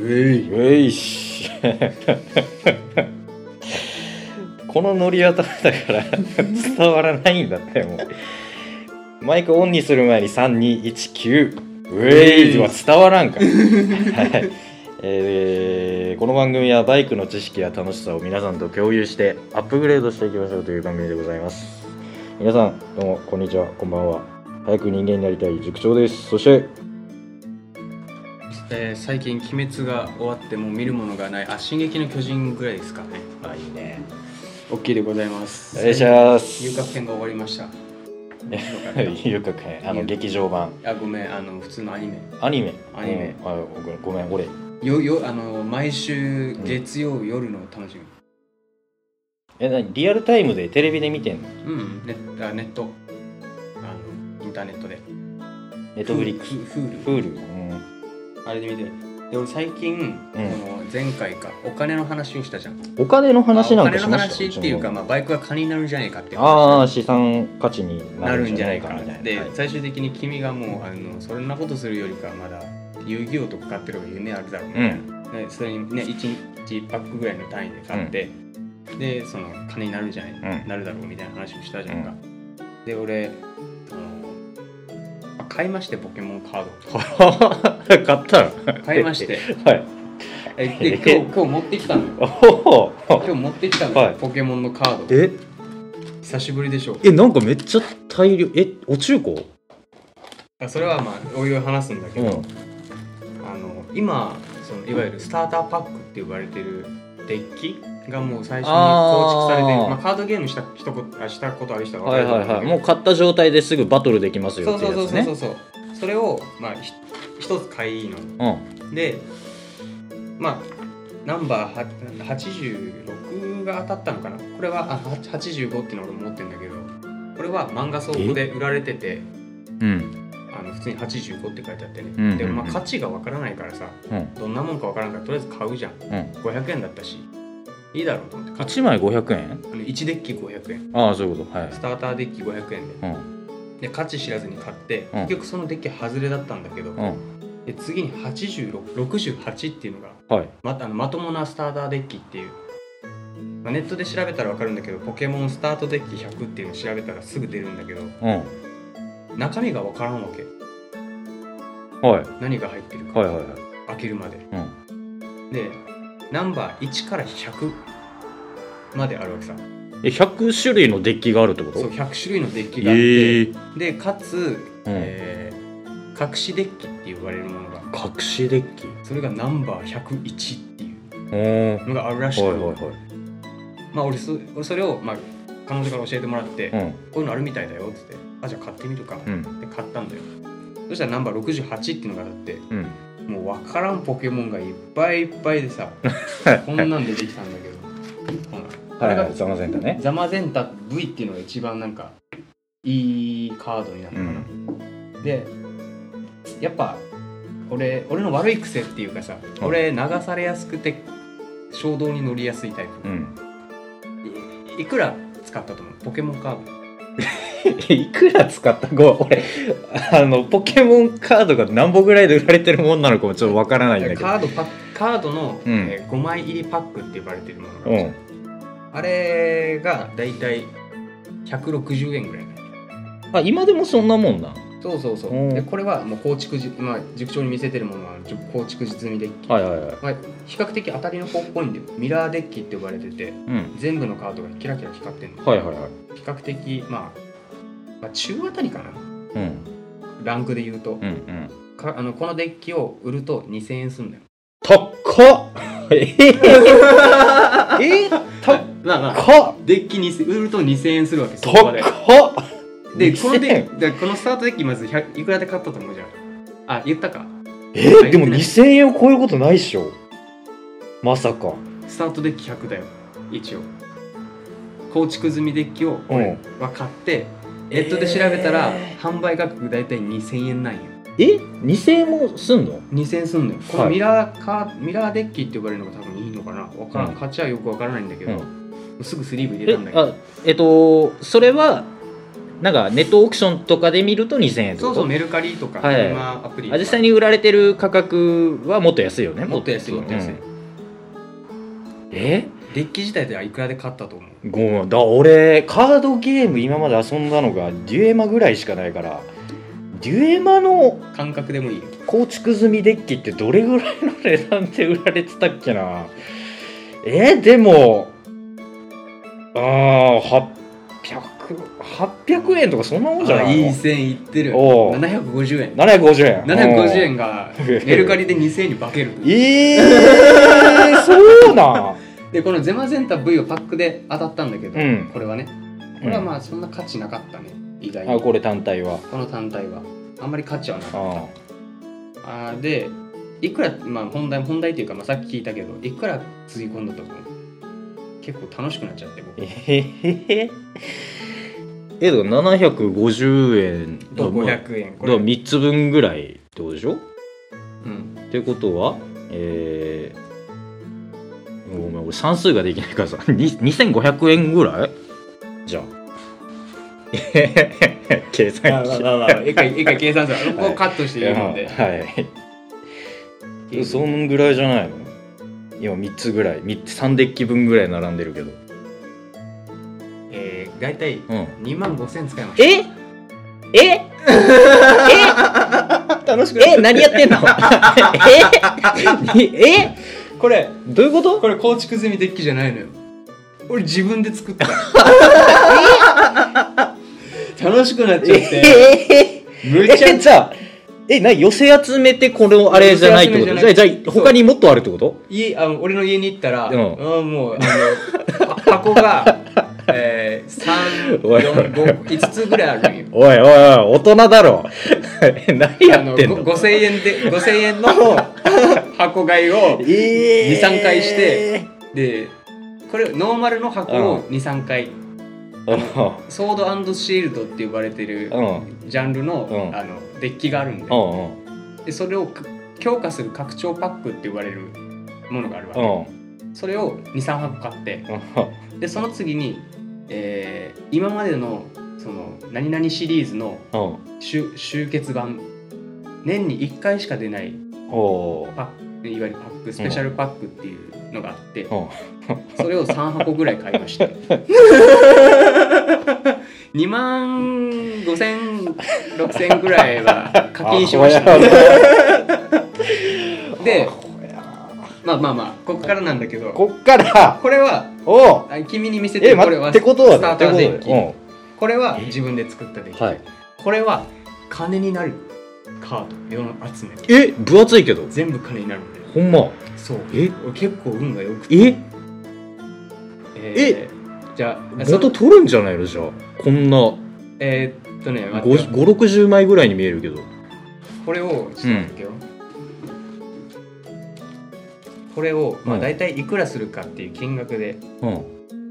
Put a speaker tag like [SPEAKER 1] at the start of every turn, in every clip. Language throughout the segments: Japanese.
[SPEAKER 1] え
[SPEAKER 2] よいしこのノリはダメだから 伝わらないんだってもうマイクオンにする前に3219ウェイは伝わらんからはいえーこの番組はバイクの知識や楽しさを皆さんと共有してアップグレードしていきましょうという番組でございます皆さんどうもこんにちはこんばんは早く人間になりたい塾長ですそして
[SPEAKER 1] えー最近「鬼滅」が終わってもう見るものがない「あ進撃の巨人」ぐらいですかねはいいね OK でございます
[SPEAKER 2] お願いします
[SPEAKER 1] 遊郭編が終わりました
[SPEAKER 2] 遊郭編あの劇場版
[SPEAKER 1] あごめんあの普通のアニメ
[SPEAKER 2] アニメ。
[SPEAKER 1] アニメ
[SPEAKER 2] うんあごめん、俺。
[SPEAKER 1] よよあの毎週月曜夜の楽しみ
[SPEAKER 2] え、なにリアルタイムでテレビで見てんの
[SPEAKER 1] うん、ネッあネットあのインターネットで
[SPEAKER 2] ネットフリックス。
[SPEAKER 1] フフー
[SPEAKER 2] プ
[SPEAKER 1] ル
[SPEAKER 2] ール。うん
[SPEAKER 1] あれで見てるで俺最近、この前回かお金の話をしたじゃん
[SPEAKER 2] お金の話なんか
[SPEAKER 1] まあ
[SPEAKER 2] し
[SPEAKER 1] お金の
[SPEAKER 2] ました
[SPEAKER 1] 話っていうか、まあ、バイクが金になるんじゃないかっていう
[SPEAKER 2] ああー、
[SPEAKER 1] 話
[SPEAKER 2] 資産価値に
[SPEAKER 1] なるんじゃないか
[SPEAKER 2] な
[SPEAKER 1] な
[SPEAKER 2] みたいな。
[SPEAKER 1] で、
[SPEAKER 2] はい
[SPEAKER 1] 最終的に君がもうあのそんなことするよりかまだ遊戯王とか買ってる方が夢あるだろう
[SPEAKER 2] う
[SPEAKER 1] ね、
[SPEAKER 2] ん。
[SPEAKER 1] でそれにね1日1パックぐらいの単位で買って、でその金になるんじゃない、
[SPEAKER 2] うん
[SPEAKER 1] なるだろうみたいな話をしたじゃんか、で俺あのあ買いましてポケモンカード
[SPEAKER 2] 買ったの
[SPEAKER 1] 買いまして。
[SPEAKER 2] はい。
[SPEAKER 1] えで 今日今日持ってきたのよ
[SPEAKER 2] おお。
[SPEAKER 1] 今日持ってきたのよ、
[SPEAKER 2] はい
[SPEAKER 1] ポケモンのカード
[SPEAKER 2] え、
[SPEAKER 1] 久しぶりでしょ
[SPEAKER 2] え、なんかめっちゃ大量。え、お中古
[SPEAKER 1] あそれはまあおいおい話すんだけ
[SPEAKER 2] う
[SPEAKER 1] ど、
[SPEAKER 2] ん。
[SPEAKER 1] あの今そのいわゆるスターターパックって呼ばれてるデッキがもう最初に構築されて
[SPEAKER 2] あー
[SPEAKER 1] まあ、カードゲームした人こあしたことある人は分
[SPEAKER 2] は
[SPEAKER 1] か
[SPEAKER 2] い
[SPEAKER 1] ると
[SPEAKER 2] は
[SPEAKER 1] 思
[SPEAKER 2] い
[SPEAKER 1] んだ
[SPEAKER 2] は
[SPEAKER 1] け
[SPEAKER 2] い。もう買った状態ですぐバトルできますよ
[SPEAKER 1] ど
[SPEAKER 2] って
[SPEAKER 1] そ
[SPEAKER 2] いうう
[SPEAKER 1] そう
[SPEAKER 2] やつ
[SPEAKER 1] そうそ
[SPEAKER 2] ね
[SPEAKER 1] う。そうそれをまあひ一つ買いの
[SPEAKER 2] うん。
[SPEAKER 1] でまあナンバーは86が当たったのかなこれはあは85っていうのを俺持ってるんだけどこれは漫画倉庫で売られてて
[SPEAKER 2] うん。
[SPEAKER 1] あの普通に85って書いてあってね、
[SPEAKER 2] んうんうん
[SPEAKER 1] でもまあ価値がわからないからさ、
[SPEAKER 2] うん
[SPEAKER 1] どんなもんかわからんからとりあえず買うじゃん、500円だったしいいだろうと思って
[SPEAKER 2] 1枚500円
[SPEAKER 1] あの1デッキ500円
[SPEAKER 2] ああ、そういうこと。はい
[SPEAKER 1] ス。ターターデッキ500円で
[SPEAKER 2] うん。
[SPEAKER 1] で価値知らずに買って
[SPEAKER 2] うん
[SPEAKER 1] 結局そのデッキ外れだったんだけど、
[SPEAKER 2] うん。
[SPEAKER 1] で次に8668っていうのが
[SPEAKER 2] はい。
[SPEAKER 1] まあのまともなスターターデッキっていう、まあ、ネットで調べたら分かるんだけどポケモンスタートデッキ100っていうの調べたらすぐ出るんだけど
[SPEAKER 2] うん。
[SPEAKER 1] 中身が分からんわけ
[SPEAKER 2] はい。
[SPEAKER 1] 何が入ってるか、
[SPEAKER 2] はいはいはい。
[SPEAKER 1] 開けるまで、でナンバー1から100まであるわけさ
[SPEAKER 2] え100種類のデッキがあるってこと
[SPEAKER 1] そう100種類のデッキがあって、
[SPEAKER 2] え
[SPEAKER 1] で
[SPEAKER 2] え
[SPEAKER 1] かつ、えー隠しデッキって呼ばれるものが
[SPEAKER 2] 隠しデッキ
[SPEAKER 1] それがナンバー101ってい
[SPEAKER 2] おおは
[SPEAKER 1] うのがあるらし
[SPEAKER 2] い
[SPEAKER 1] く、
[SPEAKER 2] はいはい
[SPEAKER 1] まあ俺そ俺それを、まあ、彼女から教えてもらって、
[SPEAKER 2] う
[SPEAKER 1] こ
[SPEAKER 2] ん
[SPEAKER 1] ういうのあるみたいだよっつってあじゃあ買ってみるか、
[SPEAKER 2] うん
[SPEAKER 1] で買ったんだよそしたらナンバー68っていうのがだって
[SPEAKER 2] うん
[SPEAKER 1] もう分からんポケモンがいっぱいいっぱいで さこんなん出てきたんだけどほらあれが
[SPEAKER 2] ざませんだね
[SPEAKER 1] ザマゼンタ V っていうのが一番なんかいいカードになった
[SPEAKER 2] う
[SPEAKER 1] かな、
[SPEAKER 2] ん
[SPEAKER 1] でやっぱ俺俺の悪い癖っていうかさ俺流されやすくて衝動に乗りやすいタイ
[SPEAKER 2] う
[SPEAKER 1] プ、
[SPEAKER 2] ん
[SPEAKER 1] いいくら使ったと思うポケモンカード
[SPEAKER 2] いくら使ったごめん俺あのポケモンカードが何本ぐらいで売られてるもんなのかもちょっとわからないんだけど
[SPEAKER 1] カードパックカードの、
[SPEAKER 2] うん
[SPEAKER 1] え5枚入りパックって呼ばれてるものがあ
[SPEAKER 2] う
[SPEAKER 1] るじゃん
[SPEAKER 2] ん
[SPEAKER 1] あれがだいたい160円ぐらい
[SPEAKER 2] あ今でもそんなもんな
[SPEAKER 1] そうそうそう、
[SPEAKER 2] うん
[SPEAKER 1] でこれはもう構築じ、まあ、塾長に見せてるものは構築済みデッキ、
[SPEAKER 2] はいはいはい
[SPEAKER 1] まあ、比較的当たりの方っぽいんだよミラーデッキって呼ばれてて
[SPEAKER 2] うん
[SPEAKER 1] 全部のカードがキラキラ光ってるの
[SPEAKER 2] はいはいはい
[SPEAKER 1] 比較的、まあ、まあ中あたりかな
[SPEAKER 2] うん
[SPEAKER 1] ランクで言うと、
[SPEAKER 2] うんうん
[SPEAKER 1] かあのこのデッキを売ると2000円すんだよ
[SPEAKER 2] 高っえ ー、え高
[SPEAKER 1] まあまあ
[SPEAKER 2] っ
[SPEAKER 1] デッキに売ると2000円するわけそこまで
[SPEAKER 2] 高っ
[SPEAKER 1] でこの
[SPEAKER 2] 2000
[SPEAKER 1] デでこのスタートデッキまず100いくらで買ったと思うじゃんあ言ったか
[SPEAKER 2] えーでも2000円を超えることないっしょまさか
[SPEAKER 1] スタートデッキ100だよ一応構築済みデッキを
[SPEAKER 2] うん
[SPEAKER 1] 俺は買ってネットで調べたら
[SPEAKER 2] え
[SPEAKER 1] 販売額が大体2000円なんよ
[SPEAKER 2] え2000円もすんの
[SPEAKER 1] 2000円すんのよこの
[SPEAKER 2] はい
[SPEAKER 1] ミラーカーミラーデッキって呼ばれるのが多分いいのかなわからん、
[SPEAKER 2] うん
[SPEAKER 1] 価値はよくわからないんだけど、
[SPEAKER 2] うん
[SPEAKER 1] もうすぐスリーブ入れ
[SPEAKER 2] え
[SPEAKER 1] たんだけど
[SPEAKER 2] あえっとそれはなんかネットオークションとかで見ると2000円って
[SPEAKER 1] そ
[SPEAKER 2] こ
[SPEAKER 1] う
[SPEAKER 2] と
[SPEAKER 1] そうメルカリとか、
[SPEAKER 2] はい
[SPEAKER 1] 今アプリと
[SPEAKER 2] あ
[SPEAKER 1] か
[SPEAKER 2] 実際に売られてる価格はもっと安いよね
[SPEAKER 1] もっと安いもっと安い、
[SPEAKER 2] うんえ
[SPEAKER 1] デッキ自体ではいくらで買ったと思う
[SPEAKER 2] ごめんだ俺カードゲーム今まで遊んだのがデュエマぐらいしかないからデュエマの
[SPEAKER 1] 感覚でもいいよ
[SPEAKER 2] 構築済みデッキってどれぐらいの値段で売られてたっけなえーでもああ800800円とかそんなもんじゃ
[SPEAKER 1] あ
[SPEAKER 2] ないい
[SPEAKER 1] い
[SPEAKER 2] の
[SPEAKER 1] 線いってる
[SPEAKER 2] おう
[SPEAKER 1] 750円
[SPEAKER 2] 750円
[SPEAKER 1] 750円が メルカリで2000円に化ける
[SPEAKER 2] ええー、そうなん
[SPEAKER 1] でこのゼマゼンタ V をパックで当たったんだけど、
[SPEAKER 2] うん
[SPEAKER 1] これはねこれはまあそんな価値なかったね意外
[SPEAKER 2] あ
[SPEAKER 1] にこ
[SPEAKER 2] これ単体は
[SPEAKER 1] の単体はあんまり価値はなかっ
[SPEAKER 2] あ
[SPEAKER 1] たあーでいくら、まあ、本題本題っていうか、まあ、さっき聞いたけどいくらつぎ込んだと思う結構楽しくなっちゃって僕
[SPEAKER 2] えへへへえだから750円
[SPEAKER 1] と
[SPEAKER 2] まあ
[SPEAKER 1] 500円これ、
[SPEAKER 2] だから3つ分ぐらいってことでしょ
[SPEAKER 1] うん、
[SPEAKER 2] ってことはえー、ごめん俺算数ができないからさ に2500円ぐらいじゃあ 計算機
[SPEAKER 1] 一回一回計算するここカットして
[SPEAKER 2] い
[SPEAKER 1] 言
[SPEAKER 2] や
[SPEAKER 1] う ので、
[SPEAKER 2] はいそんぐらいじゃないの今3つぐらい3つ3デッキ分ぐらい並んでるけど
[SPEAKER 1] えー、大体
[SPEAKER 2] うん
[SPEAKER 1] 2万5000円使いました
[SPEAKER 2] ええ
[SPEAKER 1] 楽しく
[SPEAKER 2] え何やってんのええ
[SPEAKER 1] これ
[SPEAKER 2] どういうこと
[SPEAKER 1] これ構築済みデッキじゃないのよ俺自分で作った 楽しくなっちゃって
[SPEAKER 2] え
[SPEAKER 1] むちゃ
[SPEAKER 2] え
[SPEAKER 1] くち
[SPEAKER 2] じゃあえな寄せ集めてこれをあれじゃないってこと
[SPEAKER 1] 寄せ
[SPEAKER 2] じゃ
[SPEAKER 1] 集めじ
[SPEAKER 2] あじ
[SPEAKER 1] ゃ
[SPEAKER 2] ゃ
[SPEAKER 1] ない
[SPEAKER 2] あ他にもっとあるってこと
[SPEAKER 1] ゃ家あの俺の家に行ったら、
[SPEAKER 2] うん
[SPEAKER 1] あもうあの箱が、 えー、
[SPEAKER 2] おいお
[SPEAKER 1] 345
[SPEAKER 2] い
[SPEAKER 1] つぐらいあるんよ
[SPEAKER 2] おいおいおい大人だろ何やってん
[SPEAKER 1] あ
[SPEAKER 2] の
[SPEAKER 1] のご5000円で5000円の箱買いを
[SPEAKER 2] え
[SPEAKER 1] 二三回してでこれノーマルの箱を23回
[SPEAKER 2] うん
[SPEAKER 1] ソードシールドって呼ばれてる
[SPEAKER 2] うん
[SPEAKER 1] ジャンルの,、
[SPEAKER 2] うん
[SPEAKER 1] あのデッキがあるんで
[SPEAKER 2] うんうん
[SPEAKER 1] でそれをく強化する拡張パックって呼ばれるものがあるわ
[SPEAKER 2] う
[SPEAKER 1] け、
[SPEAKER 2] ん
[SPEAKER 1] それを23箱買って
[SPEAKER 2] う
[SPEAKER 1] でその次に、えー今までのその何々シリーズの
[SPEAKER 2] ん
[SPEAKER 1] 集集結版年に1回しか出ない
[SPEAKER 2] うんおー
[SPEAKER 1] パックいわゆるパックスペシャルパックっていうのがあって、
[SPEAKER 2] うん
[SPEAKER 1] それを3箱ぐらい買いま した2万5千6千ぐらいは課金しまし
[SPEAKER 2] あ
[SPEAKER 1] た
[SPEAKER 2] ほや
[SPEAKER 1] で
[SPEAKER 2] ほや
[SPEAKER 1] まあまあまあここからなんだけど
[SPEAKER 2] こっから
[SPEAKER 1] これは
[SPEAKER 2] おう
[SPEAKER 1] あ君に見せて
[SPEAKER 2] え
[SPEAKER 1] るこ
[SPEAKER 2] 待
[SPEAKER 1] れ
[SPEAKER 2] っ
[SPEAKER 1] は
[SPEAKER 2] てことは
[SPEAKER 1] スターターデッキ
[SPEAKER 2] ってこ
[SPEAKER 1] これは自分で作ったデッキ、
[SPEAKER 2] とだよはい
[SPEAKER 1] これは金になるカード世の集め
[SPEAKER 2] え分厚いけど
[SPEAKER 1] 全部金になるんだよ
[SPEAKER 2] ほんま
[SPEAKER 1] そう
[SPEAKER 2] え
[SPEAKER 1] 俺結構運がよくて
[SPEAKER 2] え
[SPEAKER 1] えーじゃあそ
[SPEAKER 2] 元取るんじゃないのじゃあこんな
[SPEAKER 1] えーっとね待ってよ
[SPEAKER 2] 560枚ぐらいに見えるけど
[SPEAKER 1] これをちょっと待ってよ、これを、ま
[SPEAKER 2] う
[SPEAKER 1] あ、
[SPEAKER 2] ん
[SPEAKER 1] 大体いくらするかっていう金額で、
[SPEAKER 2] うん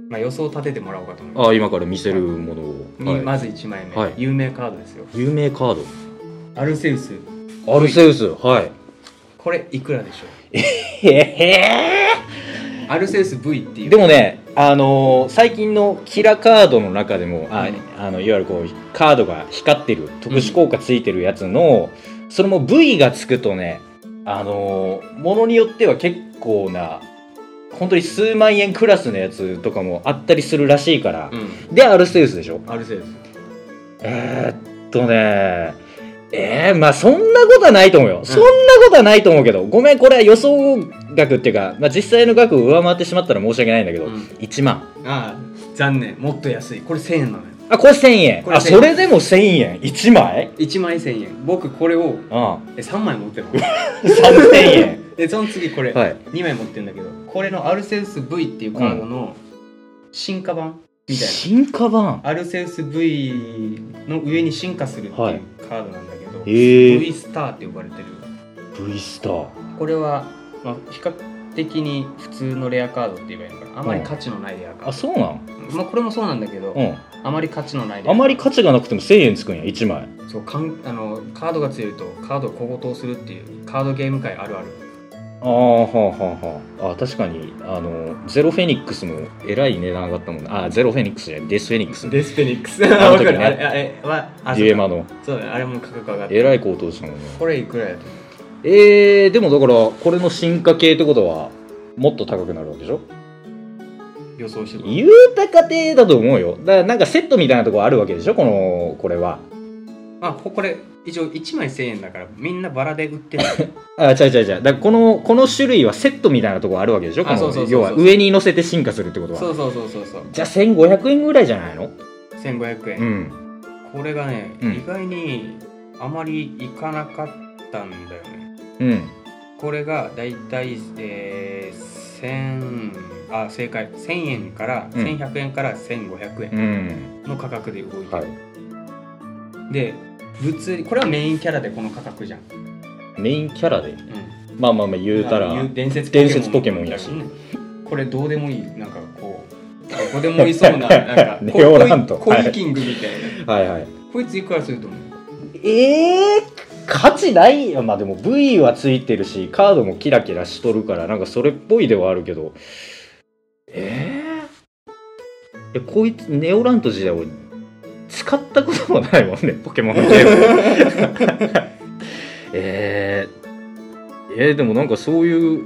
[SPEAKER 1] まあ、予想を立ててもらおうかと思います
[SPEAKER 2] あ今から見せるものを
[SPEAKER 1] に
[SPEAKER 2] はい
[SPEAKER 1] まず1枚目、
[SPEAKER 2] はい
[SPEAKER 1] 有名カードですよ
[SPEAKER 2] 有名カー
[SPEAKER 1] アルセウス
[SPEAKER 2] ドアルセウスはい
[SPEAKER 1] これいくらでしょう
[SPEAKER 2] へへ
[SPEAKER 1] アルセウス V っていう
[SPEAKER 2] でもねあのー最近のキラカードの中でもあ
[SPEAKER 1] うん
[SPEAKER 2] あのいわゆるこうカードが光ってる特殊効果ついてるやつの、それも V がつくとねあのーものによっては結構な本当に数万円クラスのやつとかもあったりするらしいから、
[SPEAKER 1] うん
[SPEAKER 2] でアルセウスでしょ
[SPEAKER 1] アルセウス
[SPEAKER 2] えーっとねえー、まあそんなことはないと思うよ、そんなことはないと思うけどごめんこれは予想額っていうか、まあ、実際の額を上回ってしまったら申し訳ないんだけど、
[SPEAKER 1] うん
[SPEAKER 2] 1万
[SPEAKER 1] ああ残念もっと安いこれ1000円なのよ
[SPEAKER 2] あこれ1000円
[SPEAKER 1] これ
[SPEAKER 2] あ
[SPEAKER 1] 1000円
[SPEAKER 2] それでも1000円1枚
[SPEAKER 1] 1枚1000円僕これを
[SPEAKER 2] うん
[SPEAKER 1] え3枚持 ってるの
[SPEAKER 2] 3000円
[SPEAKER 1] でその次これ、
[SPEAKER 2] はい
[SPEAKER 1] 2枚持ってるんだけどこれのアルセウス V っていうカードの進化版みたいな
[SPEAKER 2] 進化版
[SPEAKER 1] アルセウス V の上に進化するって
[SPEAKER 2] はいいう
[SPEAKER 1] カードなんだけど、
[SPEAKER 2] えー、
[SPEAKER 1] V スターって呼ばれてる
[SPEAKER 2] V スター
[SPEAKER 1] これは、まあ、比較的に普通のレアカードって言えばいいのかなあまり価値のないレアカー
[SPEAKER 2] あそうなん
[SPEAKER 1] ド、まあ、これもそうなんだけど、
[SPEAKER 2] うん
[SPEAKER 1] あまり価値のないレアカード
[SPEAKER 2] あまり価値がなくても1000円つくんや1枚
[SPEAKER 1] そうかんあのカードが強いとカードが高騰するっていうカードゲーム界あるある
[SPEAKER 2] ああはあはあはああ確かにあのゼロフェニックスもえらい値段上がったもんねあゼロフェニックスじゃないデスフェニックス
[SPEAKER 1] デスフェニックス。
[SPEAKER 2] あの
[SPEAKER 1] わか
[SPEAKER 2] 時ね
[SPEAKER 1] る。あれ、あれ、は、あ、
[SPEAKER 2] デュエマの
[SPEAKER 1] そうだね。あれも価格上がって
[SPEAKER 2] え
[SPEAKER 1] る。
[SPEAKER 2] らい高騰したもんね
[SPEAKER 1] これいくらやと
[SPEAKER 2] えー、でもだからこれの進化系ってことはもっと高くなるわけでしょ
[SPEAKER 1] 予想してた。
[SPEAKER 2] 言うた過程だと思うよだからなんかセットみたいなとこあるわけでしょこのこれは
[SPEAKER 1] まあ、ここれ、一応1枚1000円だから、みんなバラで売っ てる。
[SPEAKER 2] あ違う違う違うだからこのこの種類はセットみたいなとこあるわけでしょこ
[SPEAKER 1] あそうそ
[SPEAKER 2] の
[SPEAKER 1] うそうそう
[SPEAKER 2] 要は上に乗せて進化するってこと
[SPEAKER 1] そ
[SPEAKER 2] は
[SPEAKER 1] うそうそうそうそう。
[SPEAKER 2] じゃあ1500円ぐらいじゃないの
[SPEAKER 1] 1500円。
[SPEAKER 2] うん
[SPEAKER 1] これがね、
[SPEAKER 2] うん
[SPEAKER 1] 意外にあまりいかなかったんだよね。
[SPEAKER 2] うん
[SPEAKER 1] これがだいたい、えー、1000あ正解1000円から、
[SPEAKER 2] うん
[SPEAKER 1] 1100円から1500
[SPEAKER 2] う
[SPEAKER 1] 円
[SPEAKER 2] ん
[SPEAKER 1] の価格で動いてる、
[SPEAKER 2] はい
[SPEAKER 1] で物理これはメインキャラでこの価格じゃん、
[SPEAKER 2] メインキャラで
[SPEAKER 1] うん、
[SPEAKER 2] まあまあまあ言うたら
[SPEAKER 1] まあ伝説
[SPEAKER 2] 伝説ポケモンやし
[SPEAKER 1] うんこれどうでもいいなんかこう どこでもいそうななんか
[SPEAKER 2] ネオラント
[SPEAKER 1] コイコイ
[SPEAKER 2] はい
[SPEAKER 1] キングみたいな、
[SPEAKER 2] はいはい
[SPEAKER 1] こいついくらすると思う
[SPEAKER 2] ええ価値ないよまあでも V はついてるしカードもキラキラしとるからなんかそれっぽいではあるけどええいやこいつネオラント時代俺使ったこともないもんねポケ モンのゲームえー、えーでもなんかそういう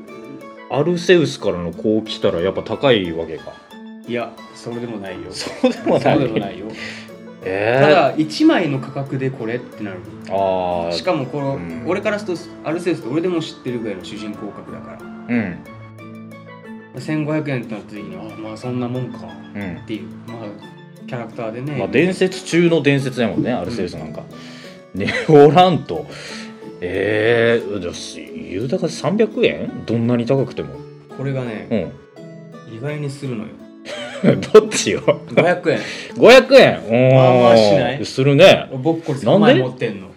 [SPEAKER 2] アルセウスからのこう来たらやっぱ高いわけか
[SPEAKER 1] いやそれでもないよ
[SPEAKER 2] そうで
[SPEAKER 1] そ
[SPEAKER 2] も
[SPEAKER 1] う
[SPEAKER 2] ない
[SPEAKER 1] でもないよ
[SPEAKER 2] え
[SPEAKER 1] た
[SPEAKER 2] ー、
[SPEAKER 1] だ1枚の価格でこれってなる
[SPEAKER 2] ああ
[SPEAKER 1] しかもこの、
[SPEAKER 2] うん
[SPEAKER 1] 俺からするとアルセウスって俺でも知ってるぐらいの主人公格だから
[SPEAKER 2] うん
[SPEAKER 1] 1500円ってなった時にあまあそんなもんかっ
[SPEAKER 2] うん
[SPEAKER 1] ていうまあキャラクターでね、
[SPEAKER 2] まあ、伝説中の伝説やもんねアルセウスなんか、ネオラントええー、だし言うたか300円どんなに高くても
[SPEAKER 1] これが
[SPEAKER 2] う
[SPEAKER 1] ね、
[SPEAKER 2] ん
[SPEAKER 1] 意外にするのよ
[SPEAKER 2] どっちよ
[SPEAKER 1] 500円
[SPEAKER 2] 500円おー
[SPEAKER 1] まあまあしない
[SPEAKER 2] するね
[SPEAKER 1] 僕これ
[SPEAKER 2] なん
[SPEAKER 1] 3
[SPEAKER 2] で
[SPEAKER 1] 枚持ってんの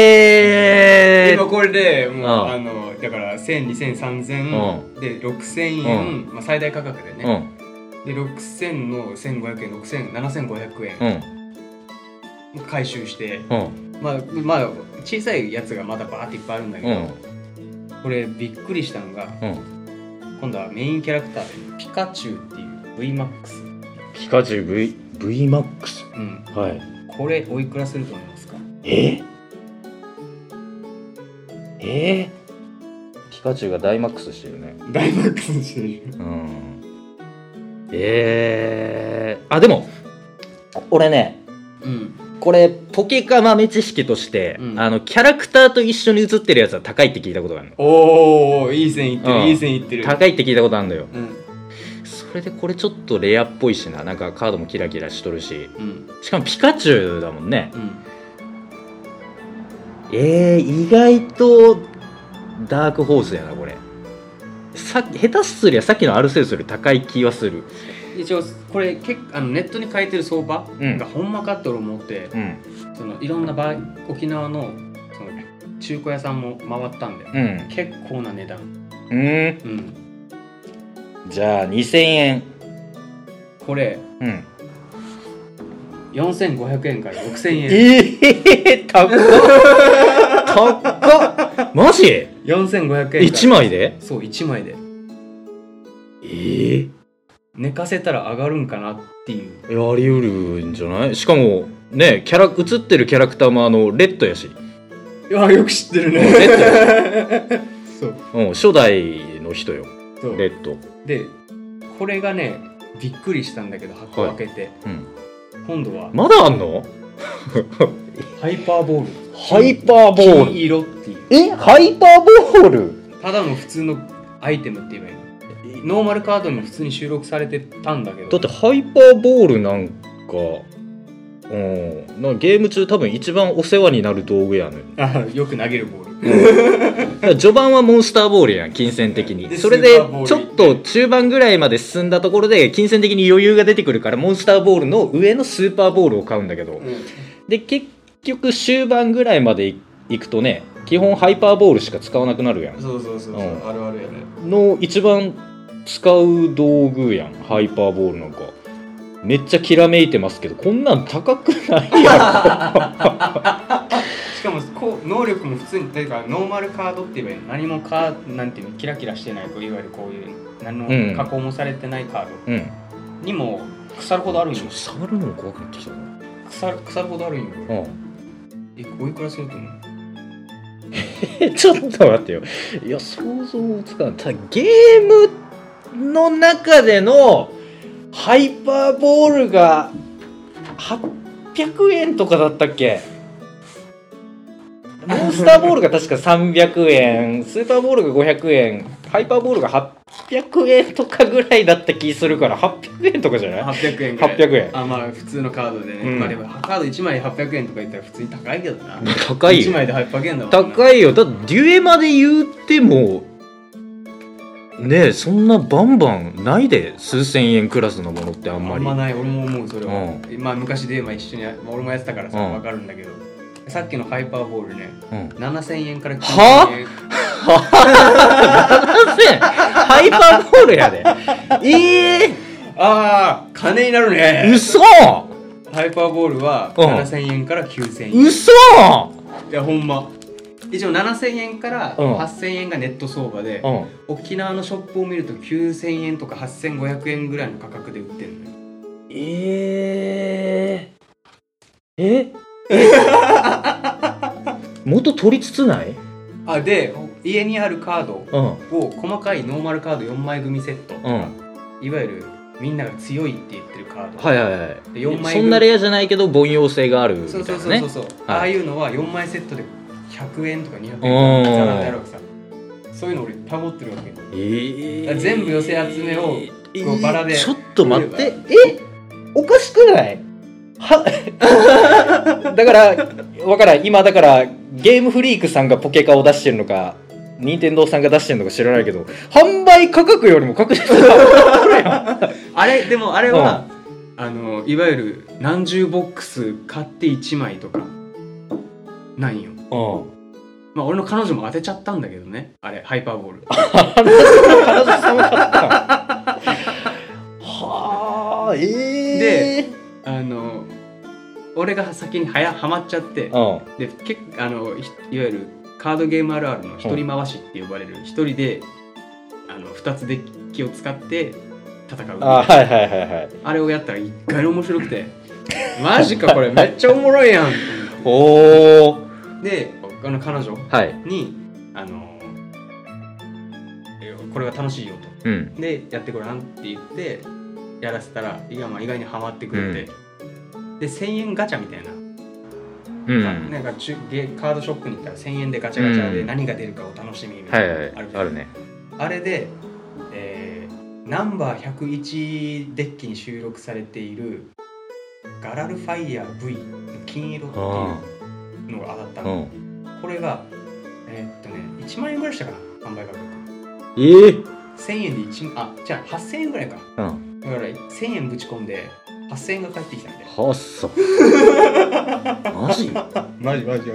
[SPEAKER 2] ええ
[SPEAKER 1] 今
[SPEAKER 2] ー、
[SPEAKER 1] これでもう
[SPEAKER 2] ああ
[SPEAKER 1] あのだから
[SPEAKER 2] う
[SPEAKER 1] 100020003000で6000円、まあ、最大価格で
[SPEAKER 2] う
[SPEAKER 1] ね、
[SPEAKER 2] ん
[SPEAKER 1] で6000の1500円60007500
[SPEAKER 2] う
[SPEAKER 1] 円
[SPEAKER 2] ん
[SPEAKER 1] 回収して、
[SPEAKER 2] うん
[SPEAKER 1] まあまあ小さいやつがまだバーっていっぱいあるんだけ
[SPEAKER 2] う
[SPEAKER 1] ど、
[SPEAKER 2] ん
[SPEAKER 1] これびっくりしたのが
[SPEAKER 2] うん
[SPEAKER 1] 今度はメインキャラクターでピカチュウっていう VMAX、
[SPEAKER 2] ピカチュウ V VMAX
[SPEAKER 1] うん、
[SPEAKER 2] はい
[SPEAKER 1] これおいくらすると思いますか
[SPEAKER 2] ええー、ピカチュウがダイマックスしてるね
[SPEAKER 1] 大マックスしてる
[SPEAKER 2] うんえー、あでも俺ね
[SPEAKER 1] うん
[SPEAKER 2] これポケカ豆知識として、
[SPEAKER 1] うん
[SPEAKER 2] あのキャラクターと一緒に写ってるやつは高いって聞いたことがあるの
[SPEAKER 1] おおいい線いってる、
[SPEAKER 2] うん
[SPEAKER 1] いい線いってる
[SPEAKER 2] 高いって聞いたことあるのよ
[SPEAKER 1] うん
[SPEAKER 2] それでこれちょっとレアっぽいしななんかカードもキラキラしとるし
[SPEAKER 1] うん
[SPEAKER 2] しかもピカチュウだもんね
[SPEAKER 1] うん
[SPEAKER 2] えー、意外とダークホースやなこれさ下手すりゃさっきのアルセウスより高い気はする
[SPEAKER 1] 一応これ結構あのネットに書いてる相場
[SPEAKER 2] うん
[SPEAKER 1] がほんまかって俺思って、
[SPEAKER 2] うん
[SPEAKER 1] そのいろんな場合沖縄のその中古屋さんも回ったんだよ
[SPEAKER 2] うん
[SPEAKER 1] 結構な値段
[SPEAKER 2] うん
[SPEAKER 1] うん
[SPEAKER 2] じゃあ2000円
[SPEAKER 1] これ
[SPEAKER 2] うん
[SPEAKER 1] 4500円から6000円
[SPEAKER 2] ええー、高っ高っマジ
[SPEAKER 1] 4500円から
[SPEAKER 2] ?1 枚で
[SPEAKER 1] そう1枚で
[SPEAKER 2] ええ
[SPEAKER 1] 寝かせたら上がるんかなっていう
[SPEAKER 2] やりうるんじゃないしかもねキャラ映ってるキャラクターもあのレッドやし、
[SPEAKER 1] いやよく知ってる
[SPEAKER 2] うんレッドやし
[SPEAKER 1] そう
[SPEAKER 2] うん、初代の人よ
[SPEAKER 1] そう
[SPEAKER 2] レッド
[SPEAKER 1] でこれがねびっくりしたんだけど箱を開けて、
[SPEAKER 2] うん
[SPEAKER 1] 今度は
[SPEAKER 2] まだあんの
[SPEAKER 1] ハイパーボール
[SPEAKER 2] ハイパーボー
[SPEAKER 1] 金
[SPEAKER 2] ル
[SPEAKER 1] 色っていう
[SPEAKER 2] えハイパーボール
[SPEAKER 1] ただの普通のアイテムって言えばいいのノーマルカードにも普通に収録されてたんだけど
[SPEAKER 2] だってハイパーボールなんかうんなんかゲーム中多分一番お世話になる道具やねん
[SPEAKER 1] あ よく投げるボール
[SPEAKER 2] だから序盤はモンスターボールやん金銭的
[SPEAKER 1] で
[SPEAKER 2] にそれで
[SPEAKER 1] スーパーボール
[SPEAKER 2] ちょっと中盤ぐらいまで進んだところで金銭的に余裕が出てくるからモンスターボールの上のスーパーボールを買うんだけどで結局終盤ぐらいまでいいくとね基本ハイパーボールしか使わなくなるやん
[SPEAKER 1] そうそうそう
[SPEAKER 2] そううん
[SPEAKER 1] あるあるやね
[SPEAKER 2] の一番使う道具やんハイパーボールなんかめっちゃきらめいてますけどこんなん高くないやろ
[SPEAKER 1] しかもこう能力も普通にというかノーマルカードって言えばいいの何もカーなんていうのキラキラしてないこういわゆるこういう何
[SPEAKER 2] うん
[SPEAKER 1] の加工もされてないカー ド
[SPEAKER 2] うん
[SPEAKER 1] にも腐るほどあるん
[SPEAKER 2] ちょっ
[SPEAKER 1] よ
[SPEAKER 2] と触るのも怖くなってきたな
[SPEAKER 1] 腐る腐るほどあるんよ
[SPEAKER 2] う
[SPEAKER 1] えおいくらすると思うん
[SPEAKER 2] ちょっと待ってよいや想像もつかないただゲームの中でのハイパーボールが800円とかだったっけモンスターボールが確か300円スーパーボールが500円ハイパーボールが800円とかぐらいだった気するから800円とかじゃない
[SPEAKER 1] 800円ぐらい
[SPEAKER 2] 800円
[SPEAKER 1] あまあ普通のカードでね、
[SPEAKER 2] うん
[SPEAKER 1] まあでもカード1枚800円とか言ったら普通に高いけどな
[SPEAKER 2] 高い
[SPEAKER 1] 1
[SPEAKER 2] よ
[SPEAKER 1] 枚で800円だもんな
[SPEAKER 2] 高いよだってデュエマで言うてもねえそんなバンバンないで数千円クラスのものってあ
[SPEAKER 1] あ
[SPEAKER 2] んま
[SPEAKER 1] ん
[SPEAKER 2] り
[SPEAKER 1] まない俺も思うそれは、
[SPEAKER 2] う
[SPEAKER 1] まあ昔でまあ一緒にやまあ俺もやってたからさ、
[SPEAKER 2] うん
[SPEAKER 1] わかるんだけどさっきのハイパーボールね
[SPEAKER 2] うん、
[SPEAKER 1] 7000円から9000円
[SPEAKER 2] 7000ハイパーボールやでえ
[SPEAKER 1] ああ金になる
[SPEAKER 2] え
[SPEAKER 1] ね
[SPEAKER 2] 嘘
[SPEAKER 1] ハイパーボールは
[SPEAKER 2] うん
[SPEAKER 1] 7000円から9000円、い
[SPEAKER 2] 嘘
[SPEAKER 1] やほんま一応7000円から
[SPEAKER 2] うん
[SPEAKER 1] 8000円がネット相場で、
[SPEAKER 2] うん
[SPEAKER 1] 沖縄のショップを見ると9000円とか8500円ぐらいの価格で売ってるのよ
[SPEAKER 2] えええ 元取りつつない
[SPEAKER 1] あで家にあるカード
[SPEAKER 2] うん
[SPEAKER 1] を細かいノーマルカード4枚組セット、
[SPEAKER 2] うん
[SPEAKER 1] いわゆるみんなが強いって言ってるカード、
[SPEAKER 2] はいはいは
[SPEAKER 1] で4枚
[SPEAKER 2] い
[SPEAKER 1] 分
[SPEAKER 2] そんなレアじゃないけど凡庸性があるみた
[SPEAKER 1] そ
[SPEAKER 2] いう
[SPEAKER 1] そう
[SPEAKER 2] な
[SPEAKER 1] そう
[SPEAKER 2] ね
[SPEAKER 1] そうそう、
[SPEAKER 2] はい
[SPEAKER 1] ああいうのは4枚セットで100円とか200円とか
[SPEAKER 2] うん
[SPEAKER 1] ざらってあるわけさそういうの俺いっぱい持ってるわけ
[SPEAKER 2] え
[SPEAKER 1] ー全部寄せ集めをこうバラで
[SPEAKER 2] ちょっと待ってえおかしくないは だからわからん今だからゲームフリークさんがポケカを出してるのか任天堂さんが出してるのか知らないけど販売価格よりも確実に高 いや
[SPEAKER 1] あれでもあれは、あのいわゆる何十ボックス買って1枚とかなんよ
[SPEAKER 2] んうん
[SPEAKER 1] まあ俺の彼女も当てちゃったんだけどねあれハイパーボール
[SPEAKER 2] 彼女様だったはあええ
[SPEAKER 1] あの俺が先にはやハマっちゃって
[SPEAKER 2] うん
[SPEAKER 1] でけあのいいわゆるカードゲームあるあるの一人回しって呼ばれる一人であの2つデッキを使って戦う
[SPEAKER 2] あ
[SPEAKER 1] あ
[SPEAKER 2] はいはいはいはい
[SPEAKER 1] れをやったら一回面白くてマジかこれめっちゃおもろいやんと
[SPEAKER 2] おお
[SPEAKER 1] 思ってであの彼女
[SPEAKER 2] はい
[SPEAKER 1] にあのえこれが楽しいよ
[SPEAKER 2] うん
[SPEAKER 1] とでやってごらんって言ってやらせたらいやまあ意外にハマってくれて、で1000円ガチャみたいな
[SPEAKER 2] う
[SPEAKER 1] なんか中ゲカードショップに行ったら1000円でガチャガチャ
[SPEAKER 2] う
[SPEAKER 1] で
[SPEAKER 2] ん
[SPEAKER 1] 何が出るかを楽しみみた
[SPEAKER 2] はいい
[SPEAKER 1] な、
[SPEAKER 2] はい
[SPEAKER 1] あるじゃん
[SPEAKER 2] あるね
[SPEAKER 1] あれで、えーナンバー101デッキに収録されているガラルファイヤー V の金色っていうのが当たった
[SPEAKER 2] う
[SPEAKER 1] の、
[SPEAKER 2] ん
[SPEAKER 1] これがえーっとね1万円ぐらいしたかな販売価格
[SPEAKER 2] ええ
[SPEAKER 1] 1000円で1あじゃあ8000円ぐらいか
[SPEAKER 2] うん
[SPEAKER 1] だから1000円ぶち込んで8000円が返ってきたんで
[SPEAKER 2] はっ さマジ
[SPEAKER 1] マジマジマジ